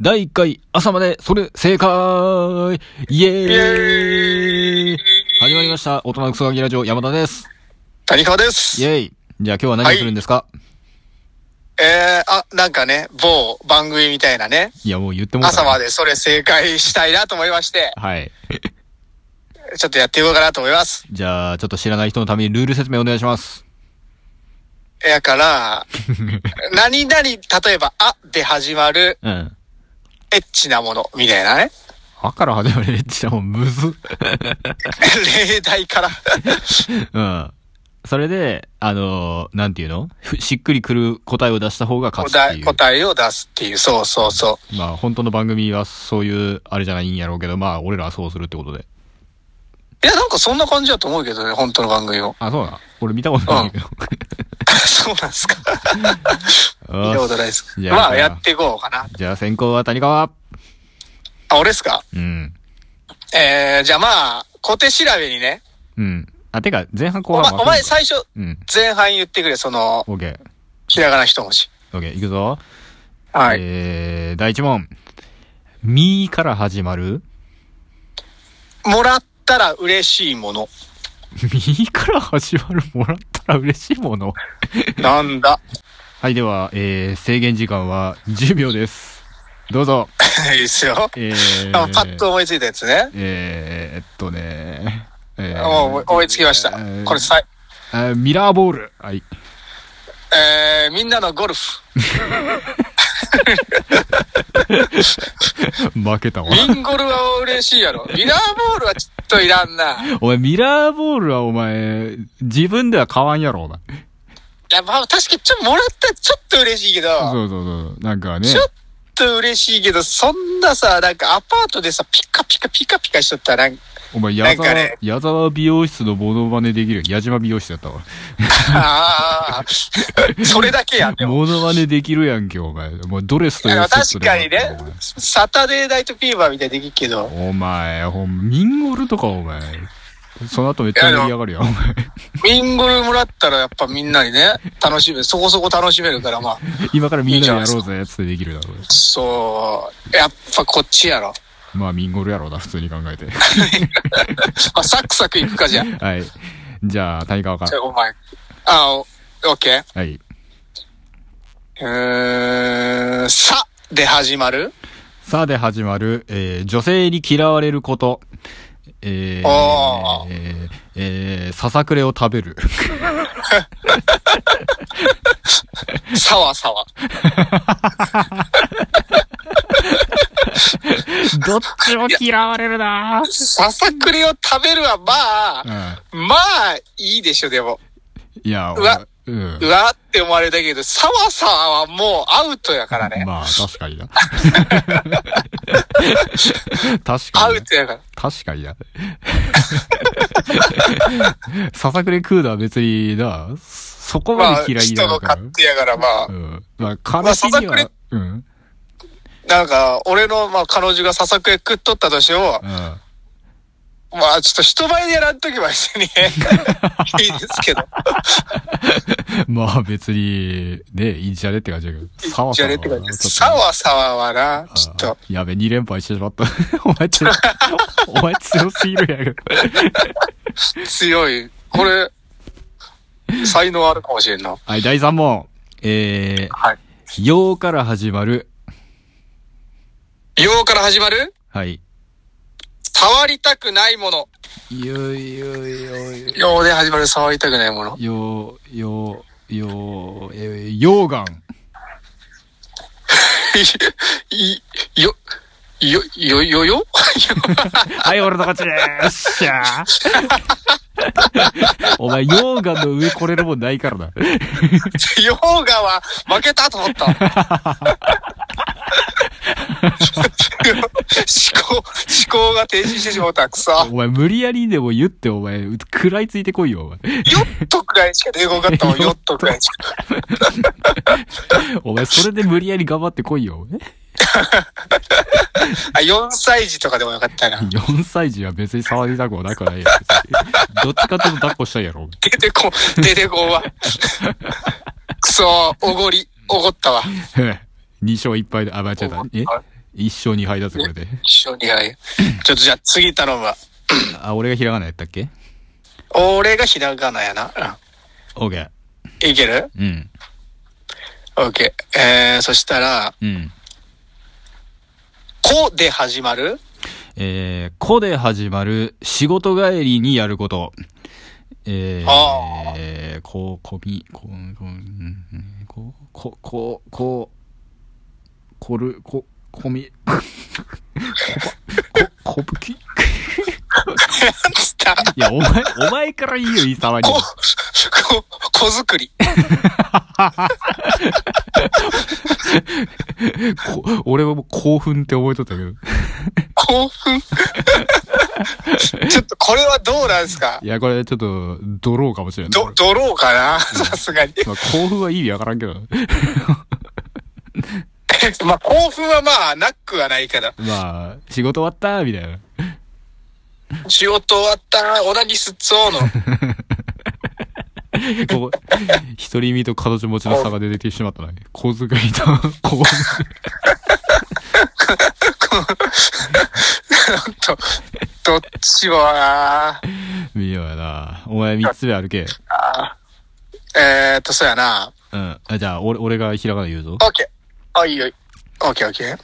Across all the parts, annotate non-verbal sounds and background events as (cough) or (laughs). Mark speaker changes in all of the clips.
Speaker 1: 第1回朝まで、それ、正解イエーイ
Speaker 2: イエーイ
Speaker 1: 始まりました。大人のクソガキラジオ、山田です。
Speaker 2: 谷川で
Speaker 1: イ
Speaker 2: す。
Speaker 1: エーイじゃあ今日は何をするんですか、
Speaker 2: えー、あ、なんかね、某番組みたいなね、
Speaker 1: い、や、もう言ってもら
Speaker 2: 朝ま
Speaker 1: で。
Speaker 2: でそれ正解したいなと思いまして、
Speaker 1: はい。
Speaker 2: ちょっとやっていこうかなと思います。
Speaker 1: じゃあ、ちょっと知らない人のためにルール説明お願いし
Speaker 2: (laughs)
Speaker 1: ます。
Speaker 2: やから、何々、例えば、あで始まる
Speaker 1: うん。
Speaker 2: エッチなもの、みたい
Speaker 1: (laughs)
Speaker 2: なね。
Speaker 1: あから始まるエッチなもん、むずっ。 (laughs)
Speaker 2: 例題から。
Speaker 1: うん。それで、あのーなんていうのふしっくりくる答えを出した方が勝ちって
Speaker 2: 答え、
Speaker 1: いう。
Speaker 2: 答えを出すっていう、そうそうそ
Speaker 1: まあ、本当の番組はそういう、あれじゃないんやろうけど、まあ、俺らはそうするってことで。。
Speaker 2: う。いや、なんかそんな感じだと思うけどね、本当の番組を
Speaker 1: あ、そうな。俺見たことないけど。
Speaker 2: (laughs) そうなんですか。見たことないです
Speaker 1: よし。じゃあ
Speaker 2: まあ、やっていこうかな。
Speaker 1: じゃあ先行は谷川。
Speaker 2: あ、俺ですか
Speaker 1: うん。
Speaker 2: えー、じゃあまあ、小手調べにね、
Speaker 1: うん。あ、てか、前半後半
Speaker 2: お前、
Speaker 1: 分
Speaker 2: お
Speaker 1: かれ
Speaker 2: 前
Speaker 1: る
Speaker 2: 最初、
Speaker 1: うん。
Speaker 2: 前半言ってくれ、その、
Speaker 1: オッケー。
Speaker 2: ひらがな一文字。
Speaker 1: オッケー、いくぞ。
Speaker 2: はい。
Speaker 1: えー、第一問。みーから始まる (laughs)
Speaker 2: もらったら嬉しいもの。
Speaker 1: みーから始まるもらったら嬉しいもの。
Speaker 2: なんだ。
Speaker 1: はい、では、えー、制限時間は10秒です。どうぞ。
Speaker 2: いいですよ。
Speaker 1: えー、
Speaker 2: (laughs) あパッと思いついたやつね。
Speaker 1: えー、えっとねえー
Speaker 2: もう思いつきました
Speaker 1: えー。
Speaker 2: これさい。
Speaker 1: あーミラーボール。はい。
Speaker 2: えー、みんなのゴルフ。
Speaker 1: 負けたわ。
Speaker 2: ミンゴルは嬉しい
Speaker 1: (laughs)
Speaker 2: やろ。ミラーボールはちょっといらんな。い
Speaker 1: お前、ミラーボールはお前、自分では買わんやろ、お前。
Speaker 2: や、まあ確かにちょっともらったらちょっと嬉しいけど、
Speaker 1: そうそうそう。なんかね
Speaker 2: ち。ょっと嬉しいけど、そんなさ、なんかアパートでさ、ピカピカピカピカしとったらなんか、
Speaker 1: お前、矢
Speaker 2: なんか
Speaker 1: 沢、
Speaker 2: ね
Speaker 1: 矢沢美容室のモノマネできるよ。矢島美容室だったわ。
Speaker 2: ああ、
Speaker 1: (laughs)
Speaker 2: それだけやん、でも。
Speaker 1: モノマネできるやんけ、お前。もうドレスと
Speaker 2: い
Speaker 1: いう
Speaker 2: や
Speaker 1: セット
Speaker 2: 確
Speaker 1: でも
Speaker 2: から
Speaker 1: っ
Speaker 2: に
Speaker 1: た
Speaker 2: ね、サタデーナイトフィーバーみたいにできるけど、
Speaker 1: わ。お前、ほん、ミンゴルとか、お前。その後めっちゃ盛り上がるやん、お前。
Speaker 2: ミンゴルもらったらやっぱみんなにね、楽しめ、そこそこ楽しめるから、まあ、
Speaker 1: 今からみんなでやろうぜ、つってできるだろう。
Speaker 2: そう、やっぱこっちやろ。 (laughs)
Speaker 1: まあ、ミンゴルやろうな、普通に考えて。
Speaker 2: まあ、サクサクいくかじゃん。
Speaker 1: はい。じゃあ、谷川か
Speaker 2: じゃ
Speaker 1: ら。
Speaker 2: あお前。あ、お、オッケー。
Speaker 1: はい。
Speaker 2: うーん、さで始まる
Speaker 1: さあで始まる、えー、女性に嫌われること。えー、
Speaker 2: あー
Speaker 1: えー、えー、ささくれを食べる。
Speaker 2: さわさわ。
Speaker 1: (laughs) どっちも嫌われるなぁ
Speaker 2: ささくれを食べるはまあ、まあ、いいでしょ、でも。
Speaker 1: うん。いや、
Speaker 2: うわ
Speaker 1: 俺うん
Speaker 2: う。わって思われたけど、さわさわはもうアウトやからね。
Speaker 1: まあ、確かに
Speaker 2: (laughs)
Speaker 1: な。確
Speaker 2: ア
Speaker 1: かに
Speaker 2: ウ
Speaker 1: な。
Speaker 2: トやから。
Speaker 1: 確かにな。 (laughs) ささくれ食うのは別にな、そこ
Speaker 2: ま
Speaker 1: ま
Speaker 2: あ、
Speaker 1: で嫌い
Speaker 2: 人
Speaker 1: だ
Speaker 2: の
Speaker 1: から。
Speaker 2: 勝手やから、まあ
Speaker 1: う、ん。まあ、悲しみ
Speaker 2: まあささ
Speaker 1: は、うん。
Speaker 2: なんか、俺の、まあ、彼女がささくれ食っとったとしても
Speaker 1: う、ん。
Speaker 2: まあ、ちょっと人前でやらんときは別に、 (laughs) いいですけど。
Speaker 1: まあ別に、ね、いいじゃねって感じだけど。サワ
Speaker 2: じ
Speaker 1: サ
Speaker 2: ゃあ
Speaker 1: ワは
Speaker 2: ねって感じ
Speaker 1: ちょ
Speaker 2: で
Speaker 1: っと
Speaker 2: す。さわさわはな、ちょっ
Speaker 1: あ
Speaker 2: と、
Speaker 1: ーやべ、2連敗してしまった。お前ちょ、お前強すぎるやん。
Speaker 2: 強い。これ、才能あるかもしれんな。
Speaker 1: はい、第3問。え
Speaker 2: はい。
Speaker 1: ー、ようから始まる。
Speaker 2: ようから始まる
Speaker 1: はい。
Speaker 2: 触りたくないもの。
Speaker 1: よいよいよい。
Speaker 2: ようで始まる触りたくないもの。
Speaker 1: よう、よう、よう、えー、溶岩。
Speaker 2: い、いよ、よ、よ、よ、よ
Speaker 1: はい、俺の勝ちでーす。よっしゃー。お前、溶岩の上来れるもんないからな。
Speaker 2: ヨーガは負けたと思った。思考、思考が停止してしまった。くそ。
Speaker 1: お前、無理やりでも言って、お前、食らいついてこいよ、お前。
Speaker 2: ヨットくらいしか出てこなかったもん、ヨットくらいしか。
Speaker 1: お前、それで無理やり頑張ってこいよ。
Speaker 2: あ、4歳児とかでもよかったな。
Speaker 1: 4歳児は別に触りたくはなくないやろ。どっちかっていうと抱っこしたいやろ。
Speaker 2: 出てこ、出てこんわ。くそ、おごり、おごったわ。
Speaker 1: 2勝1敗で、あ、間違えた。え一生二敗だぞ、これで。
Speaker 2: 一緒にやい。ちょっとじゃあ次頼むわ。
Speaker 1: あ、俺がひらがなやったっけ
Speaker 2: 俺がひらがなやな。
Speaker 1: オーケー
Speaker 2: うんいける
Speaker 1: うん。
Speaker 2: ?OK。えー、そしたら、
Speaker 1: うん。
Speaker 2: こで始まる
Speaker 1: えー、こで始まる仕事帰りにやること。えー、
Speaker 2: あ
Speaker 1: えーこう、こび、こう、こう、うんうんこう、こ、こ、こ、こる、こ、こみ、 (laughs) こ、こ、こぶきい
Speaker 2: なんつった
Speaker 1: や、お前、お前から言うよ、いさわに。
Speaker 2: こ、こ、こ作り。
Speaker 1: こ俺はもう興奮って覚えとったけど。
Speaker 2: 興奮 (laughs) ちょっとこれはどうなんですか
Speaker 1: いや、これちょっと、ドローかもしれない。こ
Speaker 2: ど、
Speaker 1: れ
Speaker 2: ドローかな (laughs) さすがに。
Speaker 1: まあ、興奮は意味わからんけど。 (laughs)
Speaker 2: まあ、興奮はまあ、なくはないから。
Speaker 1: まあ、仕事終わったみたいな。
Speaker 2: 仕事終わった、オナニスっつおうの。 (laughs)
Speaker 1: こう、一人身と彼女持ちの差が出てきてしまったな。小遣いと、 (laughs) こ
Speaker 2: ど、どっちもな
Speaker 1: う、見ようやな。お前三つ目歩け。
Speaker 2: えーっと、そうやな。
Speaker 1: うん。あじゃあ、俺、俺がひらがな言うぞ。
Speaker 2: オッケー。あ、いいよ。オッケーオッケー。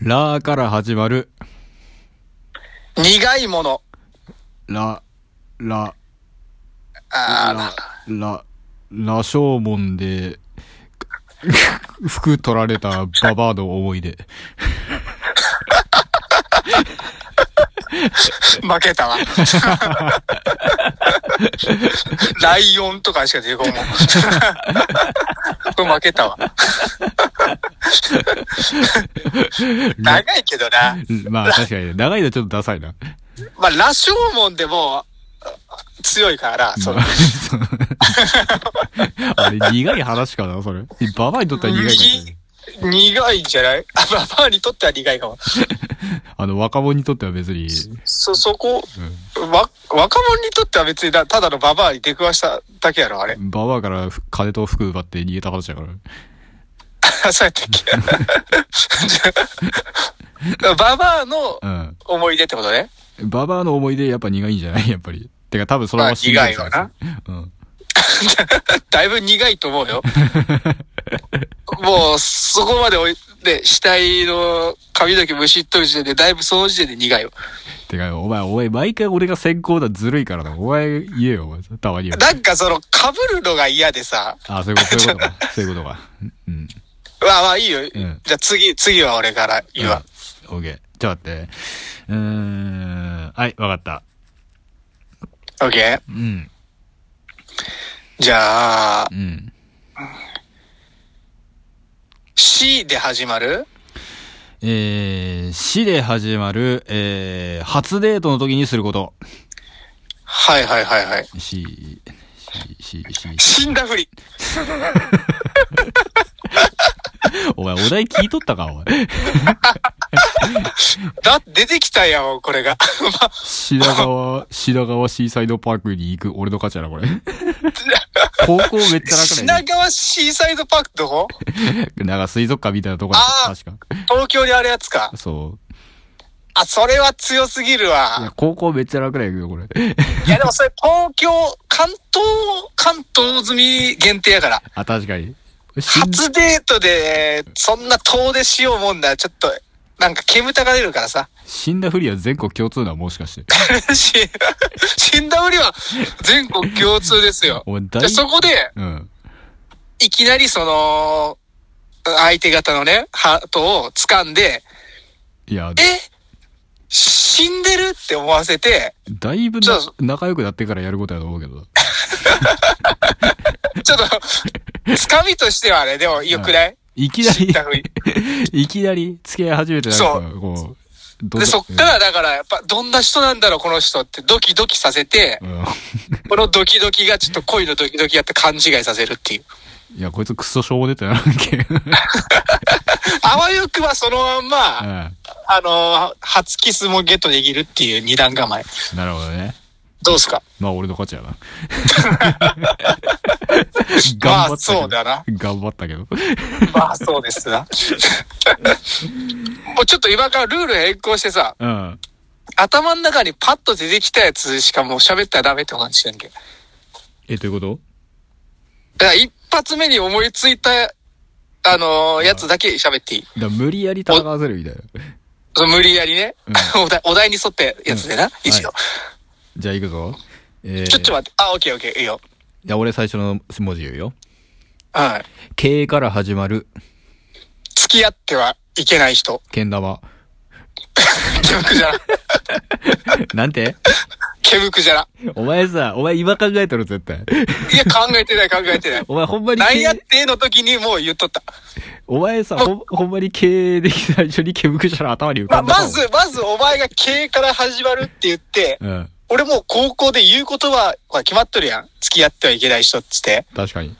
Speaker 1: ラーから始まる。
Speaker 2: 苦いもの。
Speaker 1: ラ、ラ、
Speaker 2: あ
Speaker 1: ラ、ラ、ラ小門で、服取られたババアの思い出。
Speaker 2: ー (laughs) 負けたわ。ライオンとかしか出てこんもん。 (laughs) これ負けたわ。長いけどな。
Speaker 1: まあ確かにね、長いのちょっとダサいな。 (laughs)
Speaker 2: まあ、羅生門でも、強いからな、その、
Speaker 1: あれ、苦い話かな、それ。ババアにとっては苦いかもしれない。
Speaker 2: 苦いんじゃない (laughs) あ、まあ、バーにとっては苦いかも。
Speaker 1: あの、若者にとっては別に、
Speaker 2: そ、そこ、
Speaker 1: うん。
Speaker 2: わ、若者にとっては別にだ、ただのババアに出くわしただけやろ、あれ。 (laughs)
Speaker 1: ババアからふ金と服奪って逃げた話だから。
Speaker 2: そうやったっけ (laughs) ババアの
Speaker 1: う
Speaker 2: 思い出ってことね。
Speaker 1: ん。ババアの思い出やっぱ苦いんじゃないやっぱり。てか多分そのまま死んだやつ
Speaker 2: まあ
Speaker 1: うん。
Speaker 2: (laughs) だいぶ苦いと思うよ。もう、そこまでおい、で、死体の髪の毛むしっとる時点で、だいぶその時点で苦いよ。
Speaker 1: てか、お前、お前、毎回俺が先行だ、ずるいからな。お前、言えよ、お前。たまには。
Speaker 2: なんかその、被るのが嫌でさ、
Speaker 1: あ、そういうこと、そういうこと
Speaker 2: (laughs)
Speaker 1: か。そういうことか。うん。
Speaker 2: まあまあいいよ。
Speaker 1: ん
Speaker 2: じゃあ次、次は俺から言うわ。
Speaker 1: うん。オッケー。ちょっと待って。うーん。はい、わかった。
Speaker 2: オッケー
Speaker 1: うん。
Speaker 2: じゃあ
Speaker 1: う、ん。
Speaker 2: C で始まる
Speaker 1: えー、死で始まる、えー、初デートの時にすること。
Speaker 2: はいはいはいはい。
Speaker 1: 死、死、死、死。
Speaker 2: 死んだふり。
Speaker 1: お前、お題聞いとったか、お前。
Speaker 2: だ、出てきたやん、これが。まあ
Speaker 1: 品川、品川シーサイドパークに行く俺の勝ちやな、
Speaker 2: (laughs)
Speaker 1: これ。高校めっちゃ楽
Speaker 2: 品
Speaker 1: だよね。
Speaker 2: 川シーサイドパークどこ
Speaker 1: なんか水族館みたいなとこや
Speaker 2: あ
Speaker 1: った確か。
Speaker 2: 東京にあるやつか。
Speaker 1: そう。
Speaker 2: あ、それは強すぎる
Speaker 1: いや
Speaker 2: わ。
Speaker 1: 高校めっちゃ楽だよ、これ。
Speaker 2: いや、でもそれ東京、関東、関東済み限定やから。
Speaker 1: あ、確かに。死ん
Speaker 2: 初デートで、そんな遠出しようもんなら、ちょっと、なんか煙たがれるからさ。 (laughs)
Speaker 1: 死んだふりは全国共通だ、もしかして。
Speaker 2: し死んだふりは全国共通ですよ。
Speaker 1: お前、大
Speaker 2: で、そこで、
Speaker 1: うん。
Speaker 2: いきなりその、相手方のね、ハートを掴んで、
Speaker 1: いや、
Speaker 2: え死んでるって思わせて、
Speaker 1: だいぶな
Speaker 2: ちょっ
Speaker 1: 仲良くなってからやることやと思うけどな。
Speaker 2: ちょっと、
Speaker 1: (laughs)
Speaker 2: 掴みとしてはね、でも良くない、
Speaker 1: いきな
Speaker 2: 死んだふり。
Speaker 1: り、 (laughs) いきなり付き合い始めてなんか、こう、どんな
Speaker 2: で、そっか、らだから、やっぱ、どんな人なんだろう、この人って、ドキドキさせて、
Speaker 1: うん。
Speaker 2: このドキドキがちょっと恋のドキドキやって勘違いさせ
Speaker 1: (laughs)
Speaker 2: るっていう。
Speaker 1: いや、こいつクソしょうもねえってならんけ。 (laughs)
Speaker 2: あわよくはそのまんま、
Speaker 1: う
Speaker 2: あのー初キスもゲットできるっていう二段構え。
Speaker 1: ん。なるほどね。
Speaker 2: どうです
Speaker 1: (laughs)
Speaker 2: か
Speaker 1: まあ俺の勝ちや
Speaker 2: (laughs)
Speaker 1: な。
Speaker 2: ま
Speaker 1: 頑張ったけど。
Speaker 2: あそうだな。
Speaker 1: 頑張ったけど。
Speaker 2: まあそうですな。 (laughs) もうちょっと今からルール変更してさ、
Speaker 1: うん。
Speaker 2: 頭の中にパッと出てきたやつしかもう喋ったらダメって感じしてんけ。だ
Speaker 1: え、ということ
Speaker 2: から一発目に思いついた、あのーやつだけ喋っていい。
Speaker 1: だから無理やり戦わせるみたいな。
Speaker 2: その無理やりね、 (laughs) お題、お題に沿ってやつでな、一応、
Speaker 1: はじゃあ行くぞ。えー、
Speaker 2: ちょっと待って、あ、オッケーオッケー、いいよ。
Speaker 1: いや、俺最初の文字言うよ。
Speaker 2: はい。
Speaker 1: K から始まる、
Speaker 2: 付き合ってはいけない人。
Speaker 1: けん玉。 (laughs)
Speaker 2: ケムクジャラ。
Speaker 1: なんて
Speaker 2: ケムクジャラ。
Speaker 1: お前さ、お前今考えとる絶対。 (laughs)
Speaker 2: いや、考えてない、考えてない。
Speaker 1: お前ほんまに
Speaker 2: なんやっ
Speaker 1: K、
Speaker 2: ての時にもう言っ
Speaker 1: (laughs)
Speaker 2: とった。
Speaker 1: お前さ、ほんほんまに K で最初に毛むくしたら頭に浮
Speaker 2: ま
Speaker 1: か
Speaker 2: あ、
Speaker 1: んだか
Speaker 2: ま
Speaker 1: も
Speaker 2: ず、まずお前が経から始まるって言って、
Speaker 1: うん。
Speaker 2: 俺もう高校で言う言葉は決まっとるやん。付き合ってはいけない人っつって。
Speaker 1: 確かに。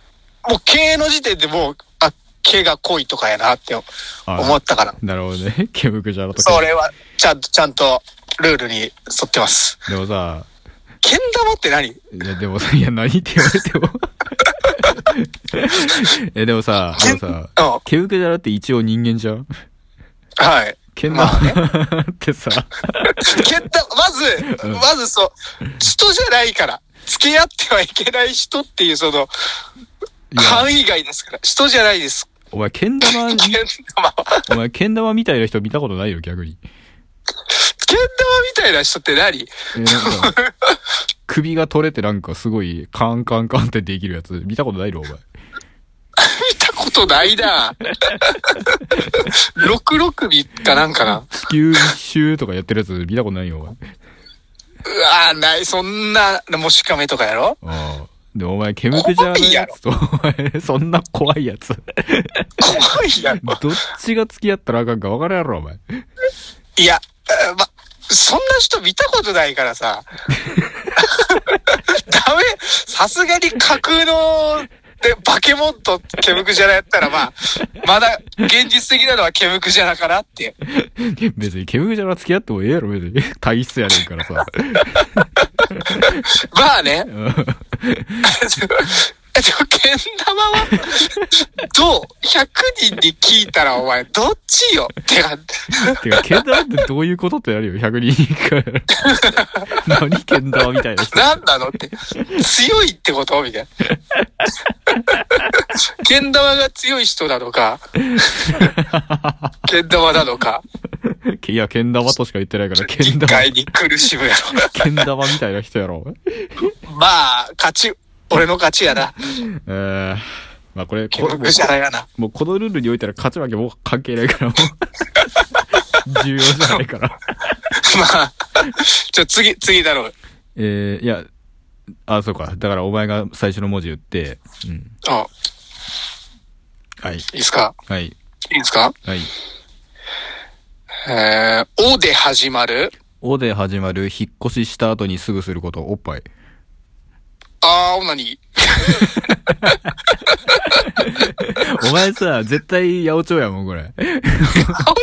Speaker 2: もう経の時点でもう、あ、経が濃いとかやなって思
Speaker 1: あ
Speaker 2: ったから。
Speaker 1: なるほどね。 (laughs) 毛むくじゃらとか
Speaker 2: そ。れは、ちゃんと、ちゃんと、ルールに沿ってます。
Speaker 1: でもさ、
Speaker 2: けん玉って何
Speaker 1: いや、でもさ、いや、何って言われても。 (laughs) え、でもさ、でもさ、
Speaker 2: うん。
Speaker 1: 毛むくじゃらって一応人間じゃん
Speaker 2: はい。
Speaker 1: けん
Speaker 2: まあね
Speaker 1: 玉ってさ、
Speaker 2: けん玉、まず、まずそう、人じゃないから。付き合ってはいけない人っていう、その、
Speaker 1: いや
Speaker 2: 範囲外ですから。人じゃないです。
Speaker 1: お前、けん玉
Speaker 2: けん、玉は。
Speaker 1: お前、けん玉みたいな人見たことないよ、逆に。
Speaker 2: けん玉みたいな人って何
Speaker 1: えーなんか首が取れてなんかすごいカンカンカンってできるやつ見たことないろお前。
Speaker 2: 見たことない (laughs) な。662かなんかな。
Speaker 1: 地球一周とかやってるやつ見たことないよお前。
Speaker 2: うわぁ、ない、そんな、もしかめとかやろ
Speaker 1: ああ。でもお前、ケムクジャラのやつと、お前、そんな怖いやつ。
Speaker 2: 怖いやろ。
Speaker 1: どっちが付き合ったらあかんか分からんやろ、お前。
Speaker 2: いや、あま、そんな人見たことないからさ。ダメ、さすがに架空の、で、バケモンとケムクジャラやったら、まあ、まだ現実的なのはケムクジャラかなって。
Speaker 1: 別にケムクジャラ付き合ってもええやろ、別に。体質やねんからさ。
Speaker 2: まあね。 (laughs)
Speaker 1: うん
Speaker 2: えでも、けん玉は、どう ?100 人に聞いたら、お前、どっちよってか、
Speaker 1: てか、ケンダラってどういうことってなるよ、100人以下やろ何ケンダラみたいな人。
Speaker 2: 何なのって。強いってことみたいな。けん玉が強い人なのか、けん玉なのか、
Speaker 1: いや、けん玉としか言ってないから、けん
Speaker 2: 理
Speaker 1: 玉、
Speaker 2: 解に苦しむや
Speaker 1: けん玉みたいな人やろ。
Speaker 2: ろ。まあ、勝ち、俺の勝ちやな。
Speaker 1: えー、まあこれ、
Speaker 2: ケ
Speaker 1: こ
Speaker 2: ムクジャラやな。
Speaker 1: もうこのルールにおいたら勝ち負けもう関係ないから、もう。重要じゃないから。
Speaker 2: まあ、ちょ、次、次だろう。
Speaker 1: えー、いや、あ、そうか。だからお前が最初の文字言って、うん。
Speaker 2: うん
Speaker 1: はい。
Speaker 2: いいっすか
Speaker 1: はい。
Speaker 2: いいっすか
Speaker 1: はい。
Speaker 2: えー、おで始まる
Speaker 1: おで始まる、引っ越しした後にすぐすること、おっぱい。
Speaker 2: あー、オナニー。
Speaker 1: お前さ、絶対、八百長やもん、これ。
Speaker 2: 顔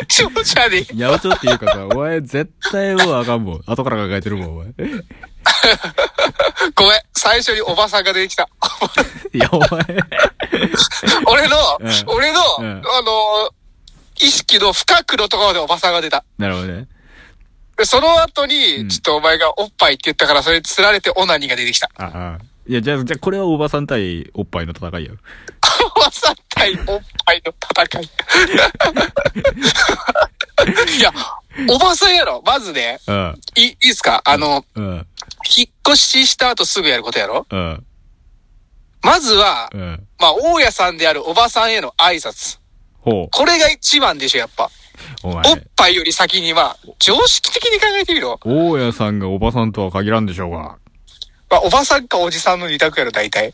Speaker 2: 長じゃねえ。
Speaker 1: 八百長っていうかさ、お前絶対もうあかんもん。後から考えてるもん、お前。
Speaker 2: ごめん。最初におばさんが出てきた。
Speaker 1: いや、お前。
Speaker 2: (laughs) 俺の、
Speaker 1: うん
Speaker 2: 俺の、
Speaker 1: うん
Speaker 2: あのー意識の深くのところでおばさんが出た。
Speaker 1: なるほどね。
Speaker 2: でその後
Speaker 1: うん
Speaker 2: に、ちょっとお前がおっぱいって言ったから、それに釣られてオナニーが出てきた。 (laughs)
Speaker 1: ああ。いや、じゃあ、じゃあこれはおばさん対おっぱいの戦いや。
Speaker 2: おばさん対おっぱい (laughs) の戦い。いや、おばさんやろ。まずね、
Speaker 1: うん。
Speaker 2: いい、いっすかあの、
Speaker 1: うん。
Speaker 2: 引っ越しした後すぐやることやろ
Speaker 1: うん。
Speaker 2: まずは、
Speaker 1: うん。
Speaker 2: まあ、大家さんであるおばさんへの挨拶。
Speaker 1: ほ
Speaker 2: これが一番でしょ、やっぱ。
Speaker 1: う。お
Speaker 2: おっ
Speaker 1: 前。
Speaker 2: ぱいより先には、常識的に考えてみろ。
Speaker 1: 大家さんがおばさんとは限らんでしょうが。
Speaker 2: まあ、おばさんかおじさんの二択やろ、
Speaker 1: (laughs)
Speaker 2: 大体。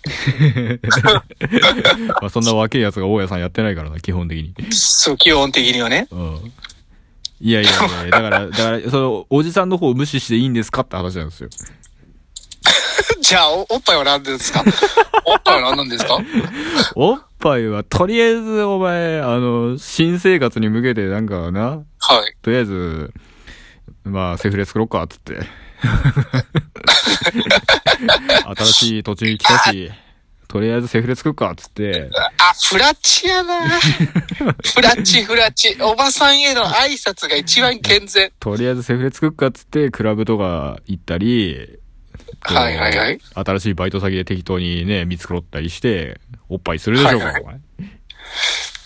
Speaker 1: まあ、そんな若いやつが大家さんやってないからな、基本的に。
Speaker 2: そう、基本的にはね。
Speaker 1: うん。いやいやいやいやだから、だから、その、おじさんの方を無視していいんですかって話なんですよ。
Speaker 2: じゃあお、おっぱいは何で
Speaker 1: (laughs)
Speaker 2: すかおっぱいは何なんですか
Speaker 1: おっぱいは、とりあえず、お前、あの、新生活に向けて、なんかな、
Speaker 2: はい。 (laughs)
Speaker 1: とりあえず、まあ、セフレ作ろっか、つって。新しい土地に来たし、とりあえずセフレ作っか、つって。
Speaker 2: あ、フラチ
Speaker 1: (laughs)
Speaker 2: やなフラチ、フラチ。おばさんへの挨拶が一番健全。
Speaker 1: とりあえずセフレ作っかっつって、クラブとか行ったり、こう
Speaker 2: はいはいはい。
Speaker 1: 新しいバイト先で適当にね、見繕ったりして、おっぱいするでしょうか、
Speaker 2: はい
Speaker 1: お前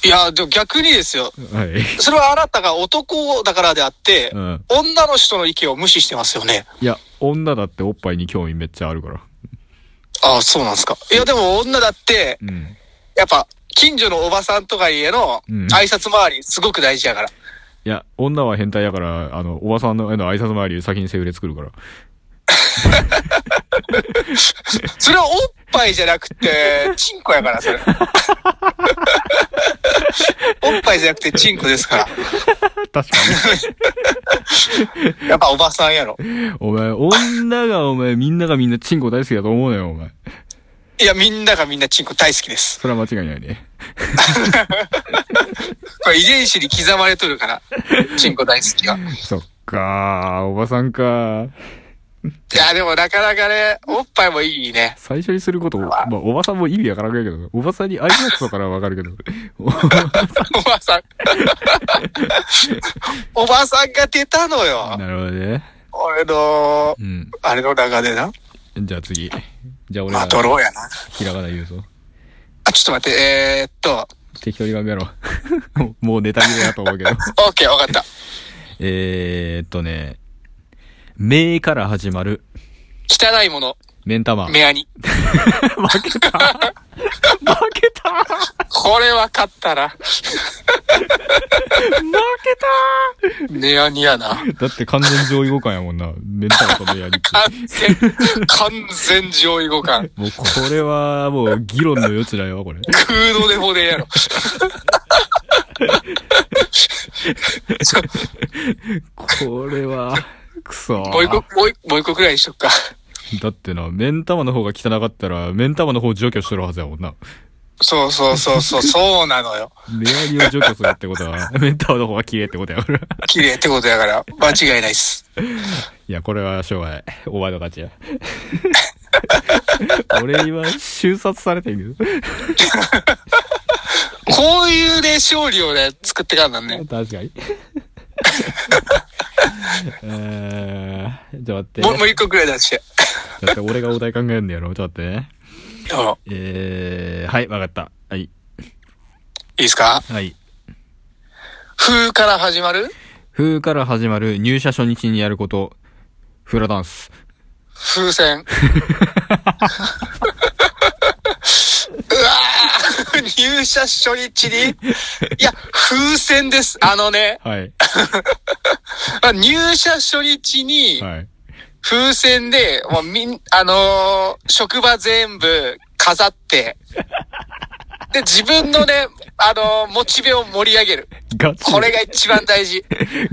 Speaker 2: いや、でも逆にですよ。
Speaker 1: はい。
Speaker 2: それはあなたが男だからであって、
Speaker 1: うん。
Speaker 2: 女の人の意見を無視してますよね。
Speaker 1: いや、女だっておっぱいに興味めっちゃあるから。
Speaker 2: あそうなんですか。いや、でも女だって、
Speaker 1: うん。
Speaker 2: やっぱ、近所のおばさんとかへの
Speaker 1: うん
Speaker 2: 挨拶回り、すごく大事やから。
Speaker 1: いや、女は変態やから、あの、おばさんのへの挨拶回り先にセフレ作るから。
Speaker 2: それはおっぱいじゃなくて、チンコやから、それ。 (laughs) おっぱいじゃなくて、チンコですから。
Speaker 1: 確か
Speaker 2: やっぱおばさんやろ。
Speaker 1: に。お前、女がお前、みんながみんなチンコ大好きだと思うなよ、お前。
Speaker 2: いや、みんながみんなチンコ大好きです。
Speaker 1: それは間違いないね。
Speaker 2: これ遺伝子に刻まれとるから、チンコ大好きが。い
Speaker 1: そっかー、おばさんかー。
Speaker 2: や、でもなかなかね、おっぱいもいいね。
Speaker 1: 最初にすること、まあ、おばさんも意味わからんけど、おばさんに挨拶とからわかるけど、 (laughs) お
Speaker 2: おばさん。おばさんが出たのよ。
Speaker 1: なるほどね。
Speaker 2: 俺の、
Speaker 1: うん。
Speaker 2: あれの中でな。
Speaker 1: じゃあ次。じゃあ俺
Speaker 2: まあ、
Speaker 1: が、
Speaker 2: ドローやな。
Speaker 1: ひらがな言うぞ。
Speaker 2: あ、ちょっと待って、えー、っと、
Speaker 1: 適当に考えろ。 (laughs) もうネタ切れだと思うけど。
Speaker 2: オッケー、わかった。
Speaker 1: えーっとね、名から始まる、
Speaker 2: 汚いもの、
Speaker 1: 目ん玉。負
Speaker 2: 目アニ。
Speaker 1: け (laughs) た負けた
Speaker 2: これわかったら、
Speaker 1: 負け
Speaker 2: 目アニやな。
Speaker 1: ただって完全上位互換やもんな。目ん玉と目やり (laughs) って。
Speaker 2: 完全、完全上位互換。
Speaker 1: もうこれはもう議論の余地だよ、これ。
Speaker 2: 空洞で法でやろ。
Speaker 1: これは、くそ。
Speaker 2: もう一個、もう一個、もう一個くらいにしとくか。
Speaker 1: だってな、目ん玉の方が汚かったら、目ん玉の方を除去してるはずやもんな。
Speaker 2: そうそうそうそう、そうなのよ。
Speaker 1: 目やりを除去するってこと (laughs) は、目ん玉の方が綺麗ってことやから。
Speaker 2: 綺麗ってことやから、間違いないっす。
Speaker 1: いや、これはしょうがない。お前の勝ちや。 (laughs) 俺今、収殺されてるけ
Speaker 2: こういうね、勝利をね、作ってかんなんね
Speaker 1: ど。。確かに。
Speaker 2: (laughs)
Speaker 1: えー、ちょっと
Speaker 2: もう、
Speaker 1: 待
Speaker 2: も
Speaker 1: っ
Speaker 2: う一個くらい出して。
Speaker 1: て。だって俺がお題考えるんだやろ。ちょっと待ってね。
Speaker 2: うん
Speaker 1: えー、はい、わかった。はい、
Speaker 2: いいっすか
Speaker 1: はい。
Speaker 2: 風から始まる
Speaker 1: 風から始まる入社初日にやること、フラダンス。
Speaker 2: 風船。うわー入社初日にいや、風船です。あのね、
Speaker 1: はい、
Speaker 2: まあ入社初日に
Speaker 1: はい。
Speaker 2: 風船で、もうみん、あのー職場全部飾って、で、自分のね、あのーモチベを盛り上げる。
Speaker 1: ガチで
Speaker 2: (laughs) これが一番大事。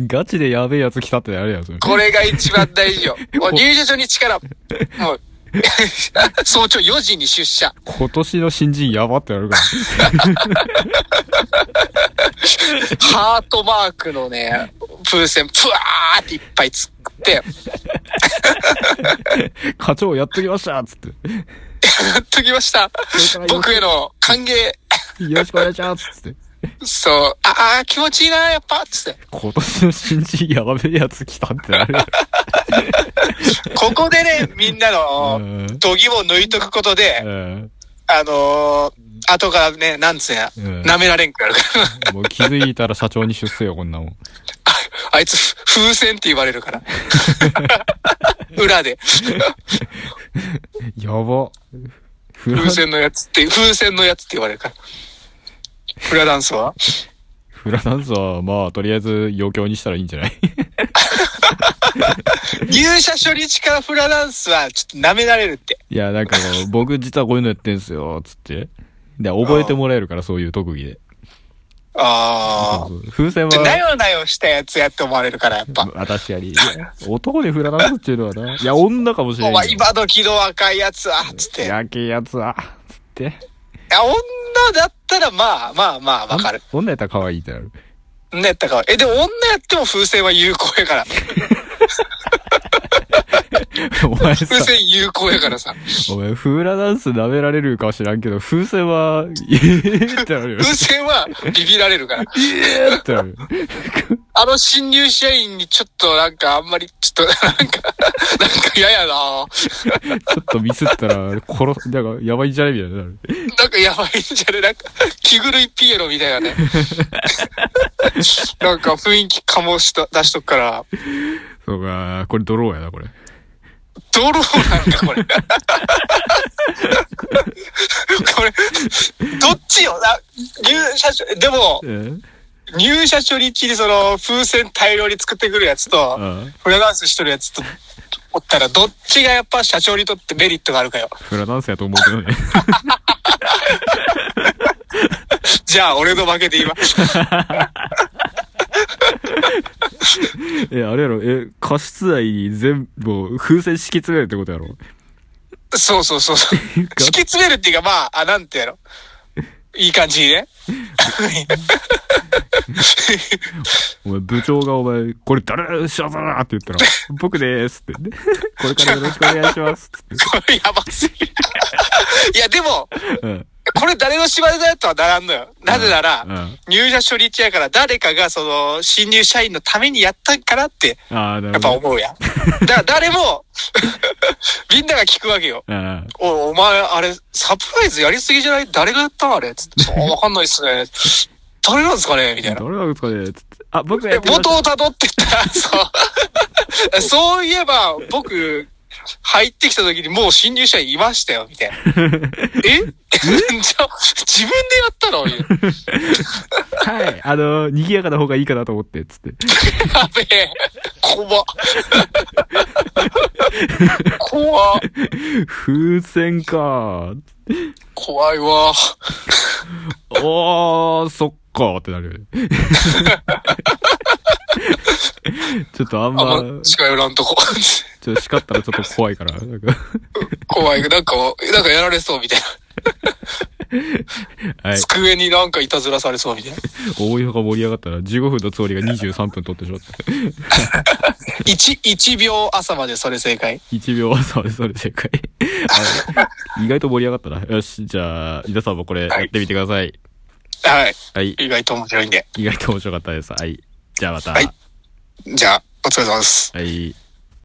Speaker 1: ガチでやべえやつ来たってあれやそれ。
Speaker 2: これが一番大事よ。もう入社初日から、もう、 (laughs) 早朝4時に出社。
Speaker 1: 今年の新人やばってやるから。
Speaker 2: ハートマークのね、風船、プワーっていっぱい作って、
Speaker 1: 課長やっときましたっつって。
Speaker 2: やっときました
Speaker 1: れからよろし。く
Speaker 2: 僕への歓迎。
Speaker 1: よろしくお願いしますっつって。
Speaker 2: そう、ああ、気持ちいいな、やっぱ、つって。
Speaker 1: 今年の新人やべえやつ来たってな
Speaker 2: (laughs)
Speaker 1: る。
Speaker 2: ここでね、みんな
Speaker 1: うん
Speaker 2: の、度肝を抜いとくこと
Speaker 1: う
Speaker 2: で、
Speaker 1: ん。
Speaker 2: あのー後からね、なんつうや、
Speaker 1: うん
Speaker 2: 舐められんくなるから。 (laughs)
Speaker 1: もう気づいたら社長に出世よ、こんなもん。
Speaker 2: ああいつ、風船って言われるから。 (laughs) 裏で。
Speaker 1: やば。フラ
Speaker 2: 風、船のやつって、風船のやつって言われるから。フラダンスは
Speaker 1: フラダンスは、まあ、とりあえず、余興にしたらいいんじゃない
Speaker 2: 入社初日からフラダンスは、ちょっと舐められるって。
Speaker 1: いや、なんかこう、僕実はこういうのやってんすよ、つって。で、覚えてもらえるから、そういう特技で。そ
Speaker 2: あ
Speaker 1: うそう風船
Speaker 2: あ。な
Speaker 1: は、
Speaker 2: よなよしたやつやって思われるから、やっぱ。
Speaker 1: 私やり。いや男でフラダンスっていうのは
Speaker 2: (laughs)
Speaker 1: な。いや、女かもしれ
Speaker 2: お
Speaker 1: ない
Speaker 2: 前、
Speaker 1: けど。
Speaker 2: 今時の若いやつは、つって。いや、
Speaker 1: やけえやつは、つって。
Speaker 2: 女だったら、まあまあまあ、わかる。
Speaker 1: 女やったら可愛いってなる。 (laughs)
Speaker 2: ねやったか。え、でも女やっても風船は有効やから。
Speaker 1: お前さ、
Speaker 2: 風船有効やからさ。
Speaker 1: お前、フーラダンス舐められるか知らんけど、風船は、 (laughs) えーってなるよ。
Speaker 2: (laughs) 風船はビビられるから。
Speaker 1: えーってなるよ。
Speaker 2: あの新入社員にちょっとなんかあんまり、ちょっとなんか、なんか嫌やな
Speaker 1: ちょっとミスったら、殺す、なんか、やばいんじゃねみたいになる。
Speaker 2: なんかやばいんじゃねなんか、着ぐるいピエロみたいなね。なんか雰囲気醸しと出しとくから、
Speaker 1: そうか、これドローやな、これ。
Speaker 2: ドローなんかこれ。これ、どっちよな、入社初、でも、
Speaker 1: え
Speaker 2: 入社初日にその風船大量に作ってくるやつと、
Speaker 1: ああ、
Speaker 2: フラダンスしとるやつと、おったら、どっちがやっぱ社長にとってメリットがあるかよ。
Speaker 1: フーラダンスやと思うけどね。
Speaker 2: じゃあ、俺の負けで今。
Speaker 1: え、あれやろ、え、加湿台に全部、風船敷き詰めるってことやろ。
Speaker 2: そうそうそうそう。敷 (laughs) き詰めるっていうか、まあ、あ、なんて
Speaker 1: (laughs)
Speaker 2: やろ。いい感じにね。 (laughs)
Speaker 1: お前、部長がお前、これ誰しゃざだって言ったら、僕でー (laughs) すって。これからよろしくお願いします。つっ
Speaker 2: これやばすぎる。いや、でも、 (laughs)
Speaker 1: て。うん。
Speaker 2: これ誰の芝居だよとはならんのよ。なぜなら、
Speaker 1: うん。
Speaker 2: 入社初日やから誰かがその、新入社員のためにやったんかなって、
Speaker 1: ああ、な
Speaker 2: や
Speaker 1: る
Speaker 2: っぱ
Speaker 1: ほど。
Speaker 2: 思うやん。だから誰も、 (laughs) みんなが聞くわけよ。
Speaker 1: うん
Speaker 2: お、お前、あれ、サプライズやりすぎじゃない誰がやったんあれつって。そうわかんないっすね。誰なんですかねみたいな。
Speaker 1: 誰なんですかねつって。あ、僕がや
Speaker 2: で
Speaker 1: ってきました
Speaker 2: 元を辿ってったら、そう。 (laughs) そういえば、僕、入ってきた時にもう新入社員いましたよ、み
Speaker 1: (laughs)
Speaker 2: たいな。え (laughs) じゃあ自分でやったのみたいな
Speaker 1: はい。あの、賑やかな方がいいかなと思って、つって。
Speaker 2: やべえ。
Speaker 1: (laughs)
Speaker 2: 怖っ。怖っ
Speaker 1: 風船かー。
Speaker 2: 怖いわ。
Speaker 1: おー、そっかーってなるよ
Speaker 2: (laughs)
Speaker 1: ね。ちょっとあん
Speaker 2: あ
Speaker 1: ま、
Speaker 2: んま近寄らんとこ。 (laughs)
Speaker 1: ちょっと叱ったらちょっと怖いから。なんか
Speaker 2: 怖い。なんか、なんかやられそう、みたいな。
Speaker 1: はい。
Speaker 2: 机になんかいたずらされそう、みたいな。
Speaker 1: 大岩が盛り上がったら15分のつもりが23分取ってしまった。
Speaker 2: 1、1秒朝までそれ正解。
Speaker 1: 1秒はそれそれ正解。あの意外と盛り上がったな。よし、じゃあ、皆さんもこれやってみてください。
Speaker 2: はい。
Speaker 1: はい。
Speaker 2: 意外と面白いんで。
Speaker 1: 意外と面白かったです。はい。じゃあまた。
Speaker 2: はいじゃあ、お疲れ様です。
Speaker 1: はい